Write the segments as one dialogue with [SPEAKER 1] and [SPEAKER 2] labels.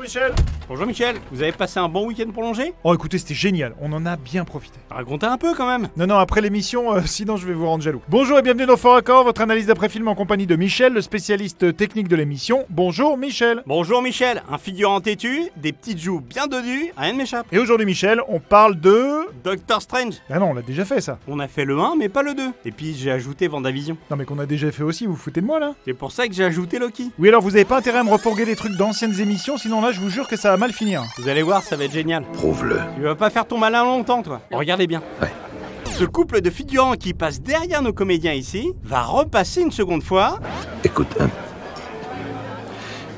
[SPEAKER 1] Michel
[SPEAKER 2] Bonjour Michel, vous avez passé un bon week-end prolongé
[SPEAKER 1] Oh écoutez, c'était génial, on en a bien profité.
[SPEAKER 2] Racontez un peu quand même
[SPEAKER 1] Non, non, après l'émission, euh, sinon je vais vous rendre jaloux. Bonjour et bienvenue dans Fort Accord, votre analyse d'après-film en compagnie de Michel, le spécialiste technique de l'émission. Bonjour Michel
[SPEAKER 2] Bonjour Michel, un figurant têtu, des petites joues bien dodues, rien ne m'échappe.
[SPEAKER 1] Et aujourd'hui Michel, on parle de...
[SPEAKER 2] Doctor Strange,
[SPEAKER 1] Ah non, on l'a déjà fait ça.
[SPEAKER 2] on a fait le 1 mais pas le 2. Et puis j'ai ajouté Vendavision.
[SPEAKER 1] Non mais qu'on a déjà fait aussi, vous vous foutez de moi là
[SPEAKER 2] C'est pour ça que j'ai ajouté Loki.
[SPEAKER 1] Oui alors vous avez pas intérêt à me refourguer des trucs d'anciennes émissions, sinon là je vous jure que ça va mal finir.
[SPEAKER 2] Vous allez voir, ça va être génial.
[SPEAKER 3] Prouve-le.
[SPEAKER 2] Tu vas pas faire ton malin longtemps toi. Oh, Regardez bien.
[SPEAKER 3] Ouais.
[SPEAKER 2] Ce couple de figurants qui passe derrière nos comédiens ici va repasser une seconde fois
[SPEAKER 3] Écoute, hein,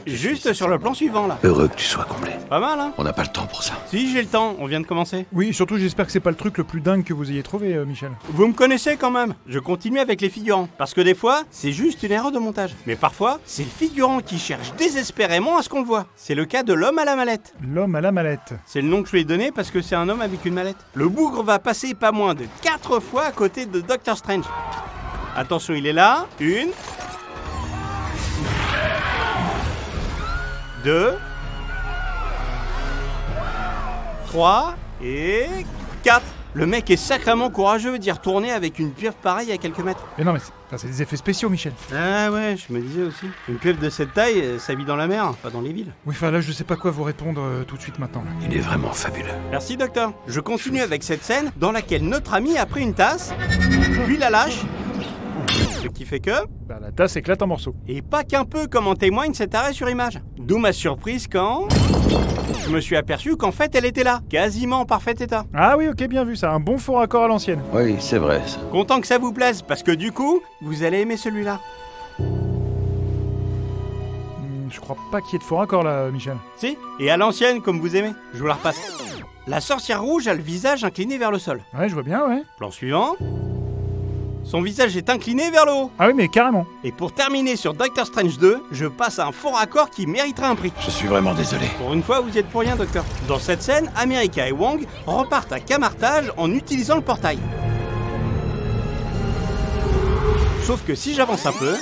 [SPEAKER 2] juste sur le plan suivant là.
[SPEAKER 3] heureux que tu sois comblé.
[SPEAKER 2] Pas mal hein
[SPEAKER 3] On n'a pas le temps pour ça.
[SPEAKER 2] Si j'ai le temps, on vient de commencer.
[SPEAKER 1] Oui, surtout j'espère que c'est pas le truc le plus dingue que vous ayez trouvé euh, Michel.
[SPEAKER 2] Vous me connaissez quand même, je continue avec les figurants, parce que des fois, c'est juste une erreur de montage. Mais parfois, c'est le figurant qui cherche désespérément à ce qu'on le voit. C'est le cas de l'homme à la mallette.
[SPEAKER 1] L'homme à la mallette.
[SPEAKER 2] C'est le nom que je lui ai donné parce que c'est un homme avec une mallette. Le bougre va passer pas moins de 4 fois à côté de Doctor Strange. Attention, il est là. Une. Deux. Trois. Et quatre. Le mec est sacrément courageux d'y retourner avec une pieuvre pareille à quelques mètres.
[SPEAKER 1] Mais non mais c'est enfin, c'est des effets spéciaux Michel.
[SPEAKER 2] Ah ouais, je me disais aussi. Une pieuvre de cette taille, euh, ça vit dans la mer, pas dans les villes.
[SPEAKER 1] Oui, enfin là je sais pas quoi vous répondre euh, tout de suite maintenant. là.
[SPEAKER 3] Il est vraiment fabuleux.
[SPEAKER 2] Merci docteur. Je continue avec cette scène dans laquelle notre ami a pris une tasse, puis la lâche, ce qui fait que...
[SPEAKER 1] Bah la tasse éclate en morceaux.
[SPEAKER 2] Et pas qu'un peu comme en témoigne cet arrêt sur image. D'où ma surprise quand... Je me suis aperçu qu'en fait elle était là, quasiment en parfait état.
[SPEAKER 1] Ah oui, ok, bien vu ça, un bon faux raccord à l'ancienne.
[SPEAKER 3] Oui, c'est vrai, ça.
[SPEAKER 2] Content que ça vous plaise, parce que du coup, vous allez aimer celui-là.
[SPEAKER 1] Hmm, Je crois pas qu'il y ait de faux raccord là, euh, Michel.
[SPEAKER 2] Si Et à l'ancienne comme vous aimez. Je vous la repasse. La sorcière rouge a le visage incliné vers le sol.
[SPEAKER 1] Ouais, je vois bien, ouais.
[SPEAKER 2] Plan suivant. Son visage est incliné vers le haut.
[SPEAKER 1] Ah oui, mais carrément.
[SPEAKER 2] Et pour terminer sur Doctor Strange 2, je passe à un fort accord qui méritera un prix.
[SPEAKER 3] Je suis vraiment désolé.
[SPEAKER 2] Pour une fois, vous y êtes pour rien, Docteur. Dans cette scène, America et Wong repartent à camartage en utilisant le portail. Sauf que si j'avance un peu...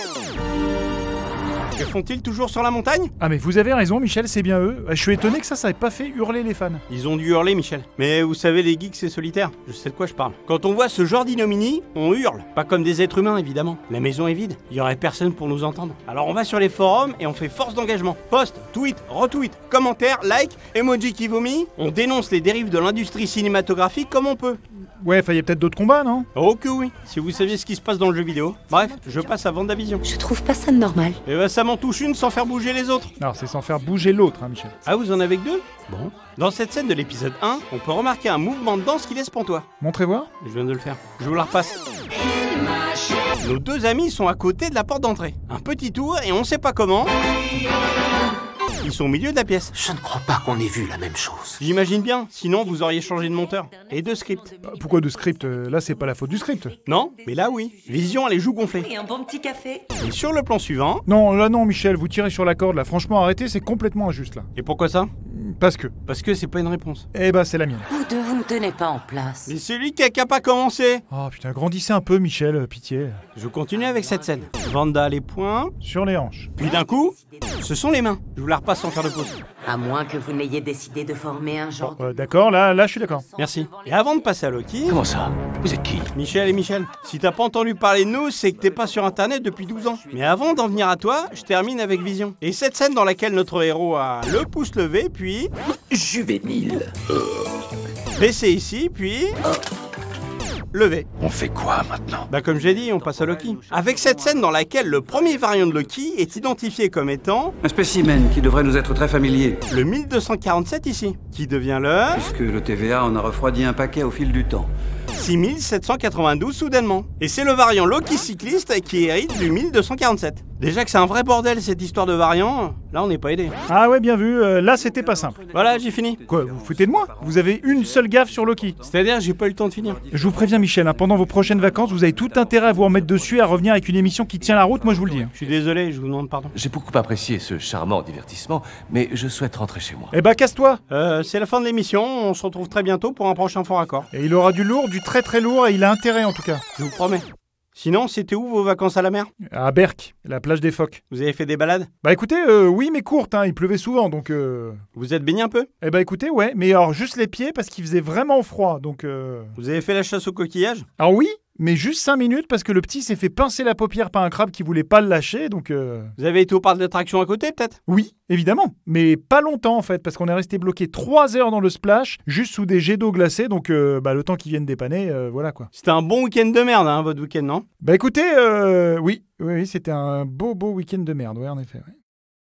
[SPEAKER 2] Que font-ils toujours sur la montagne
[SPEAKER 1] Ah mais vous avez raison, Michel, c'est bien eux. Ah, Je suis étonné que ça, ça ait pas fait hurler les fans.
[SPEAKER 2] Ils ont dû hurler, Michel. Mais vous savez, les geeks, c'est solitaire. Je sais de quoi je parle. Quand on voit ce genre d'innominie, on hurle. Pas comme des êtres humains, évidemment. La maison est vide. Il y aurait personne pour nous entendre. Alors on va sur les forums et on fait force d'engagement. Post, tweet, retweet, commentaire, like, emoji qui vomit. On dénonce les dérives de l'industrie cinématographique comme on peut.
[SPEAKER 1] Ouais, enfin, il y a peut-être d'autres combats, non
[SPEAKER 2] Oh que oui, si vous saviez ce qui se passe dans le jeu vidéo. Bref, je passe à Vendavision.
[SPEAKER 4] Je trouve pas ça normal.
[SPEAKER 2] Et bah ça m'en touche une sans faire bouger les autres.
[SPEAKER 1] Alors c'est sans faire bouger l'autre, hein, Michel.
[SPEAKER 2] Ah vous en avez que deux Bon. Dans cette scène de l'épisode 1, on peut remarquer un mouvement de danse qui laisse pantois.
[SPEAKER 1] Montrez voir.
[SPEAKER 2] Je viens de le faire. Je vous la repasse. Nos deux amis sont à côté de la porte d'entrée. Un petit tour et on sait pas comment. Ils sont au milieu de la pièce.
[SPEAKER 5] Je ne crois pas qu'on ait vu la même chose.
[SPEAKER 2] J'imagine bien, sinon vous auriez changé de monteur et de script.
[SPEAKER 1] Bah, Pourquoi de script Euh, Là, c'est pas la faute du script.
[SPEAKER 2] Non Mais là oui. Vision a les joues gonflées.
[SPEAKER 6] Et un bon petit café.
[SPEAKER 2] Et sur le plan suivant.
[SPEAKER 1] Non, là non, Michel, vous tirez sur la corde, là. Franchement, arrêtez, c'est complètement injuste, là.
[SPEAKER 2] Et pourquoi ça
[SPEAKER 1] Parce que...
[SPEAKER 2] Parce que c'est pas une réponse.
[SPEAKER 1] Eh bah, c'est la mienne.
[SPEAKER 6] Vous deux, vous ne tenez pas en place.
[SPEAKER 2] C'est celui qui a qu'à pas commencé.
[SPEAKER 1] Oh putain, grandissez un peu, Michel, euh, pitié.
[SPEAKER 2] Je continue avec cette scène. Vanda a les poings,
[SPEAKER 1] Sur les hanches.
[SPEAKER 2] puis d'un coup, ce sont les mains. Je vous la repasse sans faire de pause.
[SPEAKER 6] À moins que vous n'ayez décidé de former un genre.
[SPEAKER 1] Bon, euh, d'accord, là, là, je suis d'accord.
[SPEAKER 2] Merci. Et avant de passer à Loki,
[SPEAKER 3] Comment ça Vous êtes qui
[SPEAKER 2] Michel et Michel, si t'as pas entendu parler de nous, c'est que t'es pas sur internet depuis 12 ans. Mais avant d'en venir à toi, je termine avec Vision. Et cette scène dans laquelle notre héros a le pouce levé, puis
[SPEAKER 5] Juvénile.
[SPEAKER 2] baissé ici, puis levé.
[SPEAKER 3] On fait quoi maintenant
[SPEAKER 2] Bah comme j'ai dit, on passe à Loki. Avec cette scène dans laquelle le premier variant de Loki est identifié comme étant
[SPEAKER 7] Un spécimen qui devrait nous être très familier,
[SPEAKER 2] le 1247 ici, qui devient le
[SPEAKER 7] puisque le TVA en a refroidi un paquet au fil du temps.
[SPEAKER 2] 6792 soudainement. Et c'est le variant Loki cycliste qui hérite du 1247. Déjà que c'est un vrai bordel cette histoire de variant, là on n'est pas aidé.
[SPEAKER 1] Ah ouais, bien vu, euh, là, c'était pas simple.
[SPEAKER 2] Voilà, j'ai fini.
[SPEAKER 1] Quoi, vous vous foutez de moi Vous avez une seule gaffe sur Loki.
[SPEAKER 2] C'est-à-dire, j'ai pas eu le temps de finir.
[SPEAKER 1] Je vous préviens, Michel, hein, pendant vos prochaines vacances, vous avez tout intérêt à vous remettre dessus et à revenir avec une émission qui tient la route, moi je vous le dis. hein.
[SPEAKER 2] Je suis désolé, je vous demande pardon.
[SPEAKER 3] J'ai beaucoup apprécié ce charmant divertissement, mais je souhaite rentrer chez moi.
[SPEAKER 1] Eh bah, casse-toi
[SPEAKER 2] Euh, c'est la fin de l'émission, on se retrouve très bientôt pour un prochain fort accord.
[SPEAKER 1] Et il aura du lourd, du très très lourd, et il a intérêt en tout cas.
[SPEAKER 2] Je vous promets. Sinon, c'était où vos vacances à la mer
[SPEAKER 1] À Berck, la plage des phoques.
[SPEAKER 2] Vous avez fait des balades
[SPEAKER 1] Bah écoutez, euh, oui, mais courte, hein, il pleuvait souvent, donc... euh,
[SPEAKER 2] Vous êtes baigné un peu
[SPEAKER 1] Eh bah écoutez, ouais, mais alors juste les pieds, parce qu'il faisait vraiment froid, donc... euh,
[SPEAKER 2] Vous avez fait la chasse aux coquillages
[SPEAKER 1] Alors oui, mais juste 5 minutes, parce que le petit s'est fait pincer la paupière par un crabe qui voulait pas le lâcher, donc... euh,
[SPEAKER 2] Vous avez été au parc d'attractions à côté, peut-être
[SPEAKER 1] Oui, évidemment, mais pas longtemps en fait, parce qu'on est resté bloqué 3 heures dans le splash, juste sous des jets d'eau glacée, donc euh, bah, le temps qu'ils viennent dépanner, euh, voilà quoi.
[SPEAKER 2] C'était un bon week-end de merde, hein, votre week-end, non
[SPEAKER 1] Bah écoutez, euh, oui, oui, oui, c'était un beau beau week-end de merde, ouais, en effet. ouais.